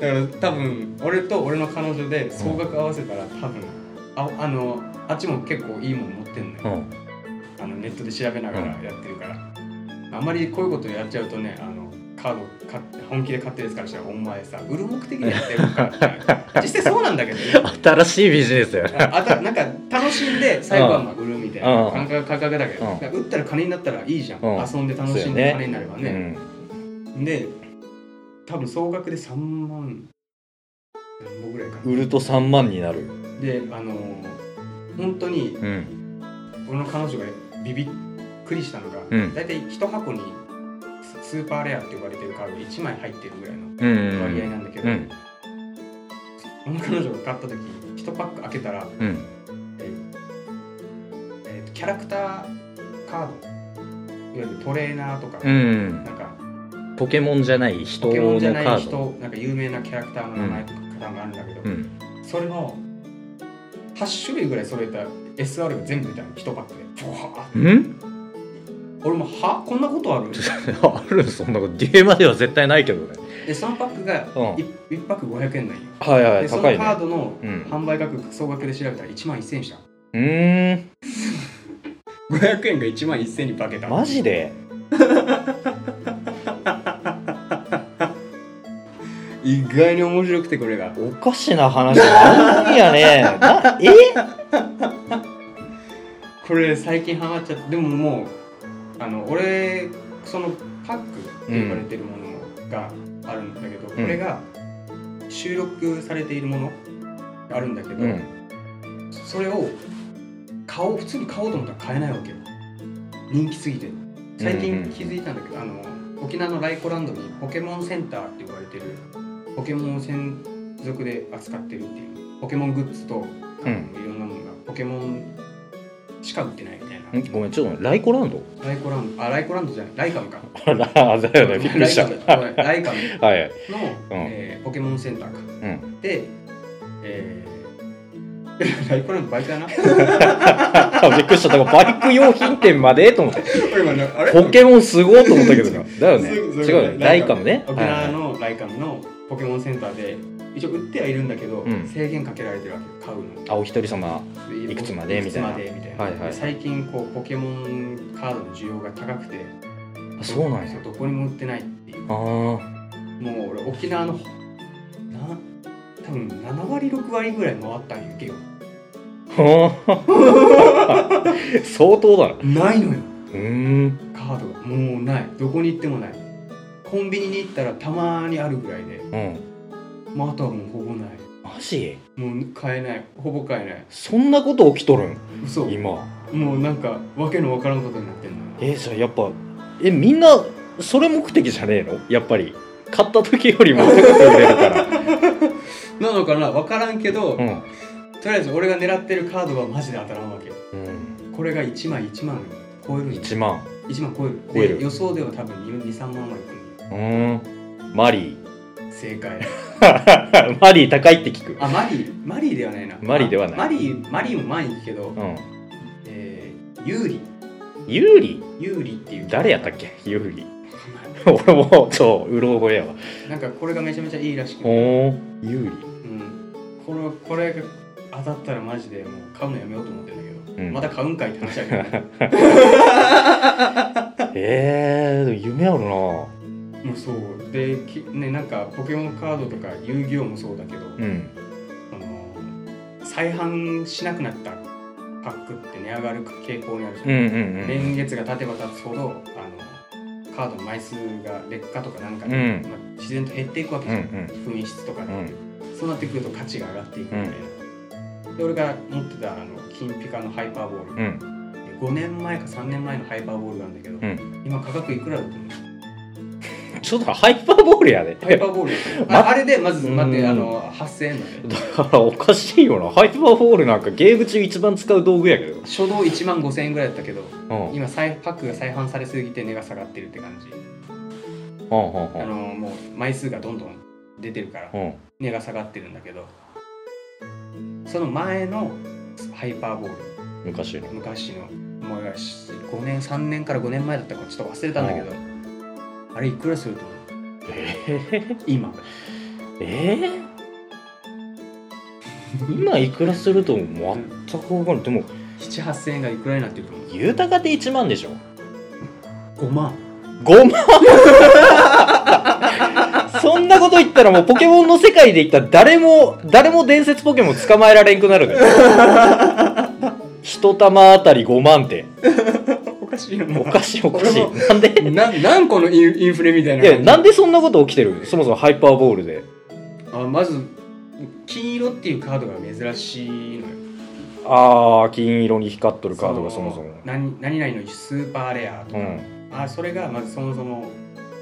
[SPEAKER 1] だから多分俺と俺の彼女で総額合わせたら多分ああのあっちも結構いいもの持ってんのよ、
[SPEAKER 2] うん
[SPEAKER 1] あのネットで調べながらやってるから、あまりこういうことやっちゃうとねあのカード買って本気で買ってるやつからしたらお前さ売る目的でやってる から実際そうなんだけどね
[SPEAKER 2] 新しいビジネスやな
[SPEAKER 1] あたなんか楽しんで最後はまあ売るみたいな感覚感覚だけど、
[SPEAKER 2] うん
[SPEAKER 1] だから売ったら金になったらいいじゃん、
[SPEAKER 2] うん
[SPEAKER 1] 遊んで楽しん
[SPEAKER 2] そう
[SPEAKER 1] で
[SPEAKER 2] やね
[SPEAKER 1] 金になればね、で多分総額で3万何本ぐらいか
[SPEAKER 2] 売ると3万になる
[SPEAKER 1] であの本当に
[SPEAKER 2] うん
[SPEAKER 1] 俺の彼女がビビっくりしたのが、
[SPEAKER 2] うん
[SPEAKER 1] 大体1箱にススーパーレアって呼ばれてるカードが1枚入ってるぐらいの
[SPEAKER 2] うん
[SPEAKER 1] 割合なんだけど、
[SPEAKER 2] うん
[SPEAKER 1] 俺の彼女が買った時1パック開けたら、
[SPEAKER 2] うん
[SPEAKER 1] えーえーとキャラクターカードいわゆるトレーナーとか、
[SPEAKER 2] うん
[SPEAKER 1] なんか
[SPEAKER 2] ポケモンじゃない人
[SPEAKER 1] ポケモン
[SPEAKER 2] の
[SPEAKER 1] じゃな
[SPEAKER 2] カ
[SPEAKER 1] い
[SPEAKER 2] ード
[SPEAKER 1] 人なんか有名なキャラクターの名前とか方があるんだけど、
[SPEAKER 2] うん
[SPEAKER 1] それの8種類ぐらい揃えた SR が全部出たの1パックでブワーって
[SPEAKER 2] ん
[SPEAKER 1] 俺もはこんなことある
[SPEAKER 2] あるそんなことデュエマでは絶対ないけどね
[SPEAKER 1] でそのパックが
[SPEAKER 2] うん
[SPEAKER 1] 1, パック500円なんよ、
[SPEAKER 2] はいは
[SPEAKER 1] で
[SPEAKER 2] い
[SPEAKER 1] その
[SPEAKER 2] 高
[SPEAKER 1] カ
[SPEAKER 2] いね
[SPEAKER 1] ードの
[SPEAKER 2] うん
[SPEAKER 1] 販売価格総額で調べたら1万1000円した
[SPEAKER 2] うーん
[SPEAKER 1] 500円が1万1000円に化けた
[SPEAKER 2] マジで
[SPEAKER 1] 意外に面白くてこれが
[SPEAKER 2] おかしな話番組やねなえ
[SPEAKER 1] これ最近ハマっちゃってでももうあの俺そのパックって呼ばれてるものがあるんだけど、これが収録されているものがあるんだけど、
[SPEAKER 2] うん
[SPEAKER 1] それを買おう普通に買おうと思ったら買えないわけよ人気すぎて最
[SPEAKER 2] うんう
[SPEAKER 1] 近
[SPEAKER 2] んうん
[SPEAKER 1] 気づいたんだけど、あの沖縄のライコランドにポケモンセンターって呼ばれてるポケモンを専属で扱ってるっていうポケモングッズとあの
[SPEAKER 2] うん
[SPEAKER 1] いろんなものがポケモンしか売ってないみたいな、
[SPEAKER 2] んごめんちょっと待ってライコランド
[SPEAKER 1] ライコランドあライコランドじゃないライカムか
[SPEAKER 2] あ らあだよねびっくりした
[SPEAKER 1] ライカムライカム
[SPEAKER 2] はいは
[SPEAKER 1] の、
[SPEAKER 2] い
[SPEAKER 1] えーポケモンセンターか、
[SPEAKER 2] ん
[SPEAKER 1] で、えー ライコランドバイクだな
[SPEAKER 2] あびっくりしただからバイク用品店までと思って
[SPEAKER 1] 俺今ねあれ
[SPEAKER 2] ポケモンすごいと思ったけど なだよね
[SPEAKER 1] そうそう
[SPEAKER 2] 違うよねライカムね
[SPEAKER 1] 沖
[SPEAKER 2] はい
[SPEAKER 1] 縄
[SPEAKER 2] はい
[SPEAKER 1] のライカムのポケモンセンターで一応売ってはいるんだけど、
[SPEAKER 2] うん
[SPEAKER 1] 制限かけられてるわけよ買うの
[SPEAKER 2] あお一人様
[SPEAKER 1] で
[SPEAKER 2] いくつまで
[SPEAKER 1] いくつまでみたいな
[SPEAKER 2] はいはい
[SPEAKER 1] で最近こうポケモンカードの需要が高くて
[SPEAKER 2] あそうなんや
[SPEAKER 1] どこにも売ってないっていう
[SPEAKER 2] あー
[SPEAKER 1] もう俺沖縄のな多分7割6割ぐらい回ったんやけど
[SPEAKER 2] あー相当だなう
[SPEAKER 1] ないのよ
[SPEAKER 2] ーん
[SPEAKER 1] カードがもうないどこに行ってもないコンビニに行ったらたまにあるぐらいで
[SPEAKER 2] うん
[SPEAKER 1] もうあとはもうほぼない
[SPEAKER 2] マジ
[SPEAKER 1] もう買えないほぼ買えない
[SPEAKER 2] そんなこと起きとるん
[SPEAKER 1] 嘘
[SPEAKER 2] 今
[SPEAKER 1] もうなんかわけのわからんことになってんのよ
[SPEAKER 2] えじゃあやっぱえみんなそれ目的じゃねえのやっぱり買った時よりも高く売れるから、
[SPEAKER 1] なのかなわからんけど、
[SPEAKER 2] うん
[SPEAKER 1] とりあえず俺が狙ってるカードはマジで当たらんわけ
[SPEAKER 2] うん、
[SPEAKER 1] これが1枚1万超えるんよ
[SPEAKER 2] 1万
[SPEAKER 1] 1万超える
[SPEAKER 2] 超える
[SPEAKER 1] で予想では多分23万までいくんよ
[SPEAKER 2] うんマリ
[SPEAKER 1] 正解
[SPEAKER 2] ー マリー高いって聞く
[SPEAKER 1] あマリーマリーではないな
[SPEAKER 2] マリーではない
[SPEAKER 1] あマリーマリーも前に行くけど、
[SPEAKER 2] うん
[SPEAKER 1] えー、ユーリ
[SPEAKER 2] ユーリ
[SPEAKER 1] ユーリっていう
[SPEAKER 2] 誰やったっけユーリ
[SPEAKER 1] わかんない
[SPEAKER 2] 俺もそううろ覚えやわ
[SPEAKER 1] なんかこれがめちゃめちゃいいらしく
[SPEAKER 2] お
[SPEAKER 1] て、
[SPEAKER 2] おユー
[SPEAKER 1] うん、これこれが当たったらマジでもう買うのやめようと思ってんだけど、
[SPEAKER 2] うん
[SPEAKER 1] また買うんかいって話だけどね
[SPEAKER 2] リえー、でも夢あるな
[SPEAKER 1] もうそうできねなんかポケモンカードとか遊戯王もそうだけど、
[SPEAKER 2] うん
[SPEAKER 1] その再販しなくなったパックって値上がる傾向にあるじゃん、
[SPEAKER 2] うんうん
[SPEAKER 1] 年月が経てば経つほどあのカードの枚数が劣化とかなんかで、
[SPEAKER 2] うん
[SPEAKER 1] まあ自然と減っていくわけ
[SPEAKER 2] うんう
[SPEAKER 1] じゃん、
[SPEAKER 2] ん
[SPEAKER 1] 紛失とかで、
[SPEAKER 2] うん
[SPEAKER 1] そうなってくると価値が上がっていくみたいな、で俺が持ってたあの金ピカのハイパーボール、
[SPEAKER 2] うん
[SPEAKER 1] 5年前か3年前のハイパーボールなんだけど、
[SPEAKER 2] うん
[SPEAKER 1] 今価格いくらだと思う
[SPEAKER 2] うんちょっとハイパーボールやで、
[SPEAKER 1] ハイパーボールやああれでまず待ってあの8000円だね
[SPEAKER 2] だからおかしいよなハイパーボールなんかゲーム中一番使う道具やけど、
[SPEAKER 1] 初動1万5000円ぐらいだったけど
[SPEAKER 2] うんうん
[SPEAKER 1] 今再パックが再販されすぎて値が下がってるって感じ
[SPEAKER 2] うん
[SPEAKER 1] あのもう枚数がどんどん出てるから
[SPEAKER 2] うん
[SPEAKER 1] 値が下がってるんだけどその前のハイパーボール
[SPEAKER 2] 昔の
[SPEAKER 1] 昔のもう5年3年から5年前だったからちょっと忘れたんだけどあれいくらすると思う
[SPEAKER 2] え
[SPEAKER 1] 今
[SPEAKER 2] ー、えー、今いくらすると思う全く分かんないでも
[SPEAKER 1] 78000円がいくらになってると思
[SPEAKER 2] 豊かで1万でしょ
[SPEAKER 1] う5万
[SPEAKER 2] 5万そんなこと言ったらもうポケモンの世界で言ったら誰も誰も伝説ポケモン捕まえられんくなるで一玉あたり5万って
[SPEAKER 1] おかしいよ
[SPEAKER 2] おかしいおか しいなんで
[SPEAKER 1] な何個のインインフレみたいない
[SPEAKER 2] や、なんでそんなこと起きてるそもそもハイパーボールで。
[SPEAKER 1] あまず金色っていうカードが珍しいのよ
[SPEAKER 2] ああ、金色に光っとるカードがそもそも。
[SPEAKER 1] 何何々のスーパーレアとか、
[SPEAKER 2] うん。
[SPEAKER 1] あそれがまずそもそも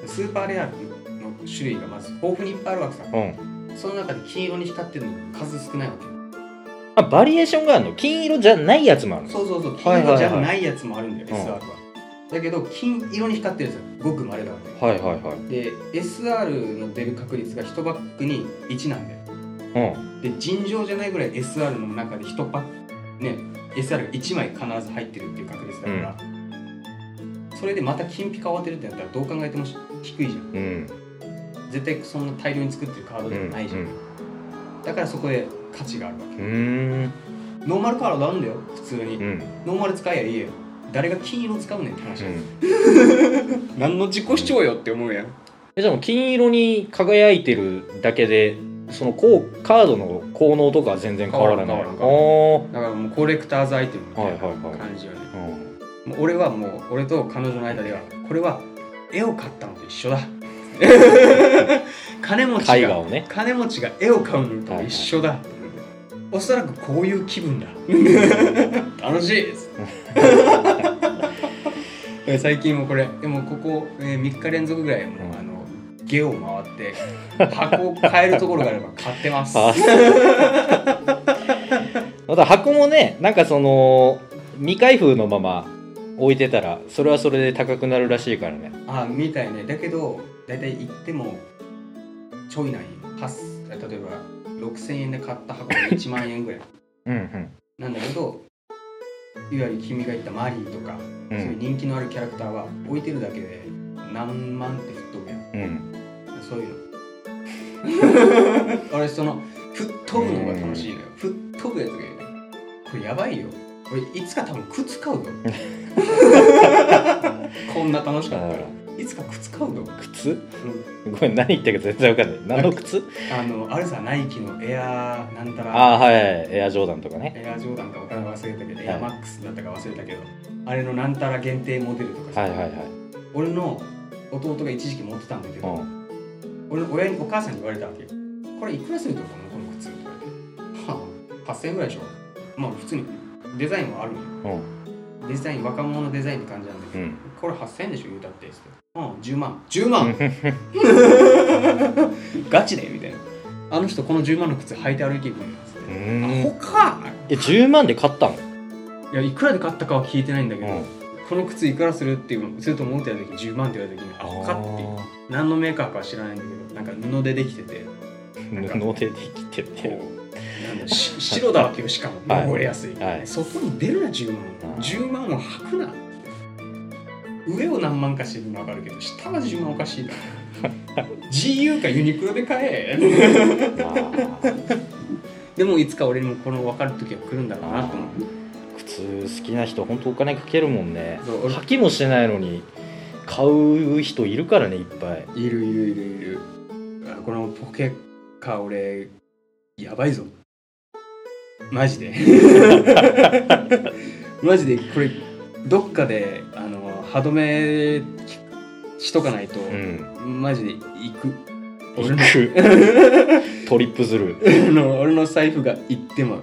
[SPEAKER 1] スーパーレアの種類がまず豊富にいっぱいあるわけさ
[SPEAKER 2] うん。
[SPEAKER 1] その中で金色に光ってるの数少ないわけ
[SPEAKER 2] あ、バリエーションがあるの金色じゃないやつもあるの
[SPEAKER 1] そうそうそう
[SPEAKER 2] は
[SPEAKER 1] 金
[SPEAKER 2] いはいは
[SPEAKER 1] 色
[SPEAKER 2] い
[SPEAKER 1] じゃないやつもあるんだよ、
[SPEAKER 2] うん
[SPEAKER 1] SR はだけど金色に光ってるやつはごくまれだわけ
[SPEAKER 2] はいはいはい。
[SPEAKER 1] で SR の出る確率が1バックに1なんだよ
[SPEAKER 2] うん。
[SPEAKER 1] で尋常じゃないぐらい SR の中で1パックね SR が1枚必ず入ってるっていう確率だから、それでまた金ピカを当てるってなったらどう考えても低いじゃん
[SPEAKER 2] うん。
[SPEAKER 1] 絶対そんな大量に作ってるカードではないじゃん、
[SPEAKER 2] うん
[SPEAKER 1] だからそこで価値があるわ
[SPEAKER 2] うーん。
[SPEAKER 1] けノーマルカードあるんだよ普通に、
[SPEAKER 2] うん。うん。
[SPEAKER 1] ノーマル使えばいいよ誰が金色使うねんって話、なん、何の自己主張よって思うやん
[SPEAKER 2] えじゃあもう金色に輝いてるだけでそのこうカードの効能とかは全然変わらない
[SPEAKER 1] 変わらない
[SPEAKER 2] あー
[SPEAKER 1] だからもうコレクターズアイテムみたいな
[SPEAKER 2] はいはいはい
[SPEAKER 1] 感じよね、
[SPEAKER 2] うん
[SPEAKER 1] もう俺はもう俺と彼女の間ではこれは絵を買ったのと一 緒だ金持ち
[SPEAKER 2] 絵画
[SPEAKER 1] が
[SPEAKER 2] をね
[SPEAKER 1] 金持ちが絵を買うのと一緒だ、おそらくこういう気分だ 楽しいですえ 最近もこれでもここ、えー3日連続ぐらいもうあのゲを回って箱を買えるところがあれば買ってます
[SPEAKER 2] あ ーまた箱もねなんかその未開封のまま置いてたらそれはそれで高くなるらしいからね
[SPEAKER 1] あみたいねだけど大体行ってもちょいない8例えば6000円で買った箱が1万円ぐらい
[SPEAKER 2] うん
[SPEAKER 1] なんだけどいわゆる君が言ったマリーとか、
[SPEAKER 2] うんう
[SPEAKER 1] そういうん人気のあるキャラクターは置いてるだけで何万って吹っ飛ぶやん
[SPEAKER 2] うん
[SPEAKER 1] そういうの 俺その吹っ飛ぶのが楽しいのよ吹っ飛ぶやつがいるこれやばいよ俺いつか多分靴買 うぞこんな楽しかったらいつか靴買うぞ
[SPEAKER 2] 靴ごめん何言ってるか全然わかんない何の靴
[SPEAKER 1] あの、あるさ、ナイキのエアーなんたら、
[SPEAKER 2] ああーはいエアジョーダンとかね
[SPEAKER 1] エアジョーダンかわからん忘れたけど、
[SPEAKER 2] い
[SPEAKER 1] エアマックスだったか忘れたけど、あれのなんたら限定モデルとかさ、
[SPEAKER 2] はいはいはい
[SPEAKER 1] 俺の弟が一時期持ってたんだけ
[SPEAKER 2] う
[SPEAKER 1] ど、
[SPEAKER 2] ん
[SPEAKER 1] 俺の親にお母さんに言われたわけよ。これいくらすると思うこの靴とか言って。はあ、8000円ぐらいでしょ。まあ普通にデザインはあるのよ
[SPEAKER 2] うん
[SPEAKER 1] デザイン、若者デザインって感じなんだけ
[SPEAKER 2] う
[SPEAKER 1] ど、
[SPEAKER 2] ん
[SPEAKER 1] これ8000円でしょ、言うたって。つってうん、10万。10万 ガチでみたいな。あの人この10万の靴履いて歩いていくんですって。
[SPEAKER 2] う
[SPEAKER 1] ア
[SPEAKER 2] ん
[SPEAKER 1] ホか
[SPEAKER 2] え10万で買ったの
[SPEAKER 1] いやいくらで買ったかは聞いてないんだけど、
[SPEAKER 2] うん
[SPEAKER 1] この靴いくらするっていうすると思うって言われた時10万って言われた時にアホかっていう何のメーカーかは知らないんだけどなんか布でできててこ
[SPEAKER 2] 布でできて
[SPEAKER 1] う
[SPEAKER 2] て
[SPEAKER 1] なんだし白だわけよしかも
[SPEAKER 2] はい
[SPEAKER 1] 汚れやすい、
[SPEAKER 2] はい
[SPEAKER 1] 外に出るな10万
[SPEAKER 2] あー
[SPEAKER 1] 10万を履くな上を何万かしてるの分かるけど下は10万おかしい な GU かユニクロで買 え
[SPEAKER 2] まあ
[SPEAKER 1] でもいつか俺にもこの分かる時が来るんだろうなと思う
[SPEAKER 2] 靴好きな人本当お金かけるもんね
[SPEAKER 1] そう俺
[SPEAKER 2] 履きもしてないのに買う人いるからねいっぱい
[SPEAKER 1] いるいるいるいるあこのポケカー俺やばいぞマジ でマジでこれどっかであの歯止めしとかないと、
[SPEAKER 2] うん
[SPEAKER 1] マジで行く俺
[SPEAKER 2] 行
[SPEAKER 1] の
[SPEAKER 2] くトリップズルー
[SPEAKER 1] あの俺の財布が行ってまう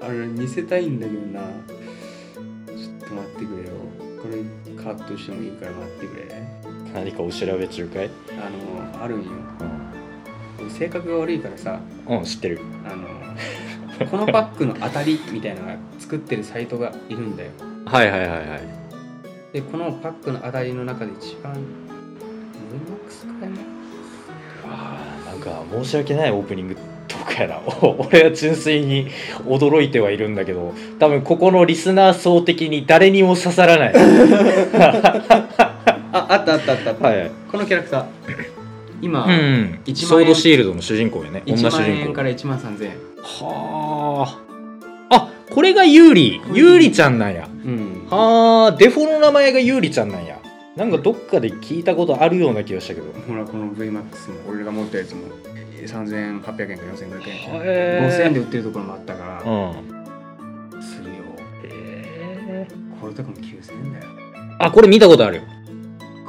[SPEAKER 1] あれ見せたいんだけどなちょっと待ってくれよこれカットしてもいいから待ってくれ
[SPEAKER 2] 何かお調べ中かい
[SPEAKER 1] あのあるんよ
[SPEAKER 2] うん
[SPEAKER 1] 俺性格が悪いからさ
[SPEAKER 2] うん知ってる
[SPEAKER 1] あのこのパックの当たりみたいなのが作ってるサイトがいるんだよ
[SPEAKER 2] はいはいはいはい
[SPEAKER 1] でこのパックの当たりの中で一番モンマックスくらいな
[SPEAKER 2] あーなんか申し訳ないオープニングとかやなお俺は純粋に驚いてはいるんだけど多分ここのリスナー層的に誰にも刺さらない
[SPEAKER 1] ああったあったあったあった、
[SPEAKER 2] はいはい
[SPEAKER 1] このキャラクター今、
[SPEAKER 2] うん
[SPEAKER 1] 1万円
[SPEAKER 2] ソードシールドの主人公やね
[SPEAKER 1] 1
[SPEAKER 2] 女主
[SPEAKER 1] 万
[SPEAKER 2] 人
[SPEAKER 1] 円
[SPEAKER 2] 公
[SPEAKER 1] から1万3000円
[SPEAKER 2] はああこれがユーリ
[SPEAKER 1] これ
[SPEAKER 2] ユーリちゃんなんや
[SPEAKER 1] うん
[SPEAKER 2] はあデフォの名前がユーリちゃんなんやなんかどっかで聞いたことあるような気がしたけど
[SPEAKER 1] ほらこの VMAX も俺が持ったやつも3800円か4500円か5000円
[SPEAKER 2] へ
[SPEAKER 1] で売ってるところもあったから
[SPEAKER 2] え、うん、
[SPEAKER 1] するよ
[SPEAKER 2] へ
[SPEAKER 1] これとかも9000円だよ
[SPEAKER 2] あこれ見たことある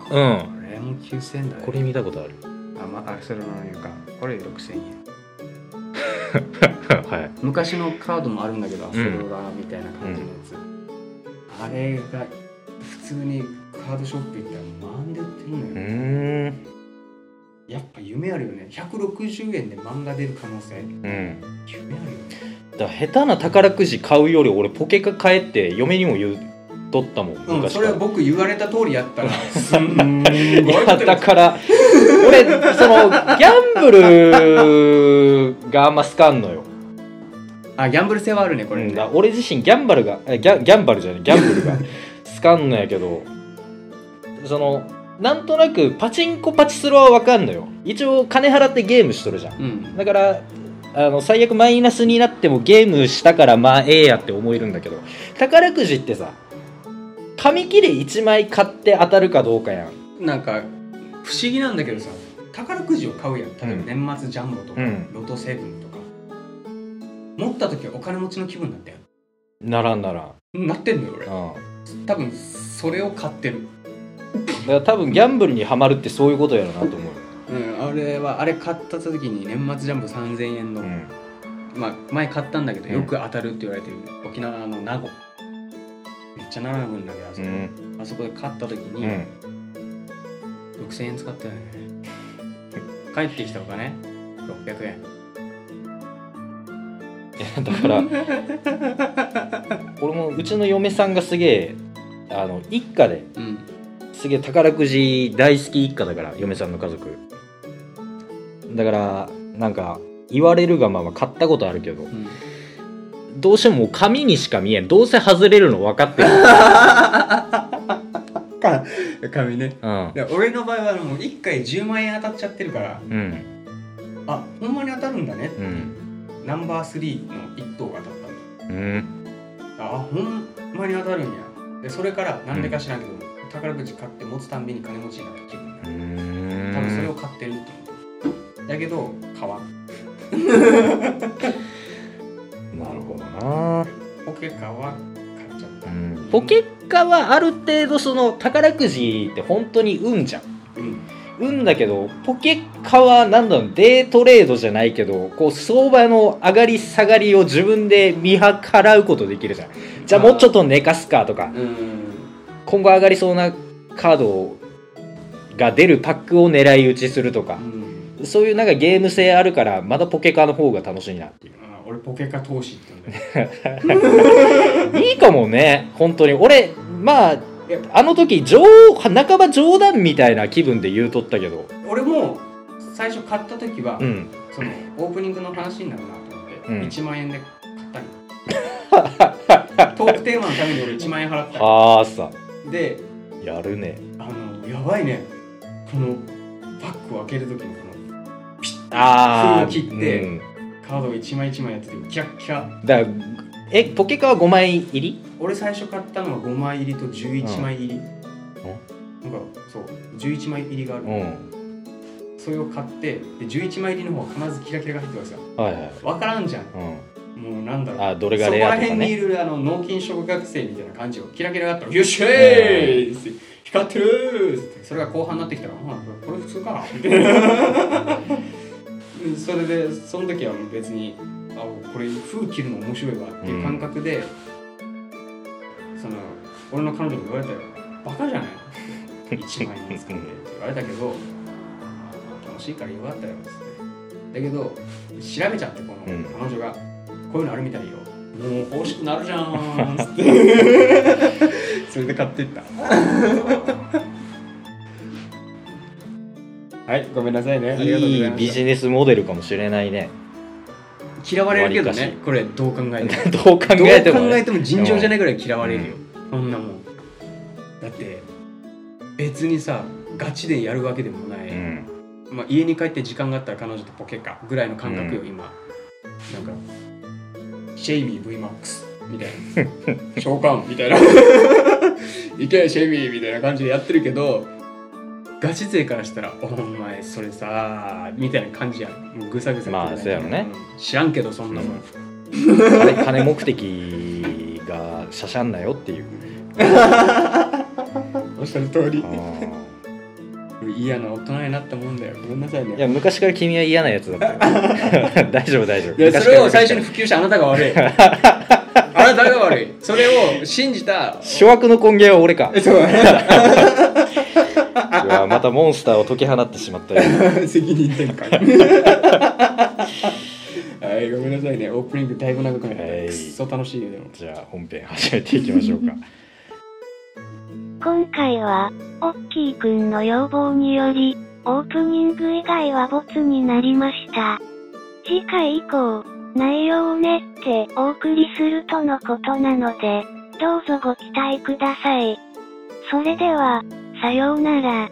[SPEAKER 1] こ
[SPEAKER 2] うん
[SPEAKER 1] れも9000円だよ
[SPEAKER 2] これ見たことある
[SPEAKER 1] あまあそれの言うかこれ6000円
[SPEAKER 2] はい
[SPEAKER 1] 昔のカードもあるんだけどアスロラみたいな感じのやつ、あれが普通にカードショップ行ったら万で売ってるのよ
[SPEAKER 2] う、ーん
[SPEAKER 1] やっぱ夢あるよね160円で漫画出る可能性
[SPEAKER 2] うん
[SPEAKER 1] 夢あるよね
[SPEAKER 2] だから下手な宝くじ買うより俺ポケカ買えって嫁にも言うとったもん
[SPEAKER 1] うん
[SPEAKER 2] 昔
[SPEAKER 1] そ
[SPEAKER 2] か
[SPEAKER 1] れ
[SPEAKER 2] ら、
[SPEAKER 1] は僕言われた通りやった らすん
[SPEAKER 2] い
[SPEAKER 1] ごいこ
[SPEAKER 2] や
[SPEAKER 1] とや
[SPEAKER 2] だ
[SPEAKER 1] っ
[SPEAKER 2] から俺そのギャンブルがあんま好かんのよ、
[SPEAKER 1] あギャンブル性はあるねこ
[SPEAKER 2] う
[SPEAKER 1] れ
[SPEAKER 2] ん、
[SPEAKER 1] ね、
[SPEAKER 2] だ俺自身ギャンバルがえギャギャンバルじゃないギャンブルが好かんのやけどそのなんとなくパチンコパチスロは分かんのよ一応金払ってゲームしとるじゃん
[SPEAKER 1] うん
[SPEAKER 2] だからあの最悪マイナスになってもゲームしたからまあええやって思えるんだけど宝くじってさ紙切れ1枚買って当たるかどうかやん
[SPEAKER 1] なんか不思議なんだけどさ宝くじを買うやん例えば年末ジャンボとか、
[SPEAKER 2] うん
[SPEAKER 1] ロトセブンとか持った時はお金持ちの気分だったよ
[SPEAKER 2] ならんならん、
[SPEAKER 1] なってんのよ
[SPEAKER 2] うん、だ
[SPEAKER 1] 俺
[SPEAKER 2] か
[SPEAKER 1] 多分それを買ってる、
[SPEAKER 2] ら多分ギャンブルにはまるってそういうことやろなと思うよ、
[SPEAKER 1] うん、あれはあれ買った時に年末ジャンボ3000円の、
[SPEAKER 2] うん、
[SPEAKER 1] まあ、前買ったんだけど
[SPEAKER 2] うん
[SPEAKER 1] よく当たるって言われてる、沖縄の名護めっちゃ並ぶんだけどあそこ,、
[SPEAKER 2] うん
[SPEAKER 1] あそこで買った時に、
[SPEAKER 2] うん
[SPEAKER 1] 6000円使ったよね帰ってきたお金600円
[SPEAKER 2] いやだから俺もうちの嫁さんがすげえあの一家で
[SPEAKER 1] うん
[SPEAKER 2] すげえ宝くじ大好き一家だから嫁さんの家族だからなんか言われるがまま買ったことあるけど
[SPEAKER 1] うん
[SPEAKER 2] どうしてももう紙にしか見えんどうせ外れるの分かってる、
[SPEAKER 1] か紙ね
[SPEAKER 2] うん
[SPEAKER 1] で俺の場合はもう1回10万円当たっちゃってるから
[SPEAKER 2] うん
[SPEAKER 1] あほんまに当たるんだね
[SPEAKER 2] うん
[SPEAKER 1] ナンバー3の1等が当たったん
[SPEAKER 2] うん
[SPEAKER 1] だあほんまに当たるんやでそれからなんでか知らんけど、宝くじ買って持つたんびに金持ちになった気分
[SPEAKER 2] うーん
[SPEAKER 1] 多分それを買ってると思うだけど買わん
[SPEAKER 2] なるほどな、
[SPEAKER 1] ポケカは買っちゃった
[SPEAKER 2] うんポケッカはある程度その宝くじって本当に運じゃん
[SPEAKER 1] うん
[SPEAKER 2] うんだけどポケカはなんだろうデートレードじゃないけどこう相場の上がり下がりを自分で見計らうことできるじゃんじゃあもうちょっと寝かすかとか
[SPEAKER 1] うん
[SPEAKER 2] 今後上がりそうなカードが出るパックを狙い撃ちするとか
[SPEAKER 1] うん
[SPEAKER 2] そういうなんかゲーム性あるからまだポケカの方が楽しいなってい
[SPEAKER 1] あ俺ポケカ投資って言うんだよ
[SPEAKER 2] ういいかもね本当に俺まああの時冗半ば冗談みたいな気分で言うとったけど
[SPEAKER 1] 俺も最初買った時は、
[SPEAKER 2] うん
[SPEAKER 1] そのオープニングの話になるなと思って、
[SPEAKER 2] うん
[SPEAKER 1] 1万円で買った のトークテーマのために俺1万円払ったの
[SPEAKER 2] ああさ
[SPEAKER 1] で
[SPEAKER 2] やるね
[SPEAKER 1] あのやばいねこのバッグを開ける時にこの
[SPEAKER 2] ああ
[SPEAKER 1] 封を切って
[SPEAKER 2] うん
[SPEAKER 1] カードを1枚1枚やっててキラッキラ
[SPEAKER 2] だからえポケカは5枚入り
[SPEAKER 1] 俺最初買ったのは5枚入りと11枚入り、なんかそう11枚入りがある、
[SPEAKER 2] ん
[SPEAKER 1] それを買ってで11枚入りの方は必ずキラキラが入ってますよ
[SPEAKER 2] はいはい
[SPEAKER 1] 分からんじゃん
[SPEAKER 2] う、
[SPEAKER 1] もうなんだろうん
[SPEAKER 2] あどれが
[SPEAKER 1] そこ
[SPEAKER 2] レア
[SPEAKER 1] ら
[SPEAKER 2] とか
[SPEAKER 1] 辺にい
[SPEAKER 2] ね
[SPEAKER 1] るあの脳筋小学生みたいな感じをキラキラがあったら「よっしゃーい!」って光ってるーってそれが後半になってきたら「あこれ普通か な」みたいなうんそれでその時はもう別に「あこれ風切るの面白いわ」っていう感覚で、その俺の彼女に言われたよ「バカじゃない ?1 万円使って」って言われたけど「楽しいからよかったよ」っつってだけど調べちゃってこの
[SPEAKER 2] うん
[SPEAKER 1] 彼女が「こういうのあるみたいよ」もう欲しくなるじゃんっつって それで買ってった はいごめんなさいねありがとうご
[SPEAKER 2] い
[SPEAKER 1] ざ
[SPEAKER 2] い
[SPEAKER 1] いま
[SPEAKER 2] ビ
[SPEAKER 1] し
[SPEAKER 2] ジネスモデルかもしれないね
[SPEAKER 1] た嫌われるけど
[SPEAKER 2] わり
[SPEAKER 1] ね
[SPEAKER 2] か
[SPEAKER 1] これどう考えても
[SPEAKER 2] どう考
[SPEAKER 1] どう
[SPEAKER 2] えても、
[SPEAKER 1] 考え
[SPEAKER 2] ね、
[SPEAKER 1] ても尋常じゃないぐらい嫌われるよ、そんなもんだって別にさガチでやるわけでもない、
[SPEAKER 2] うん
[SPEAKER 1] まあ、家に帰って時間があったら彼女とポケかぐらいの感覚よ、
[SPEAKER 2] う
[SPEAKER 1] 今なんかシェイミー VMAX みたいな 召喚みたいないけシェイミーみたいな感じでやってるけどガチ勢からしたら「お前それさ」みたいな感じやもうぐさぐさ
[SPEAKER 2] まあそうやろね
[SPEAKER 1] うん知らんけどそんなもん、
[SPEAKER 2] うん金金目的がしゃしゃんなよっていう
[SPEAKER 1] おっしゃる通り
[SPEAKER 2] あー
[SPEAKER 1] 嫌な大人になったもんだよごめんなさいね
[SPEAKER 2] いや昔から君は嫌なやつだった よ大丈夫大丈夫
[SPEAKER 1] いや
[SPEAKER 2] 昔
[SPEAKER 1] そ
[SPEAKER 2] から
[SPEAKER 1] れを最初に普及したあなたが悪 いあなたが悪いそれを信じた
[SPEAKER 2] 諸悪の根源は 俺か
[SPEAKER 1] そう
[SPEAKER 2] うわまたモンスターを解き放ってしまったよ
[SPEAKER 1] 責任転 換はいごめんなさいねオープニングだいぶ長くなった
[SPEAKER 2] はい
[SPEAKER 1] くっそ楽しいよでも
[SPEAKER 2] じゃあ本編始めていきましょうか
[SPEAKER 3] 今回は、オッキーくんの要望により、オープニング以外はボツになりました。次回以降、内容を練ってお送りするとのことなので、どうぞご期待ください。それでは、さようなら。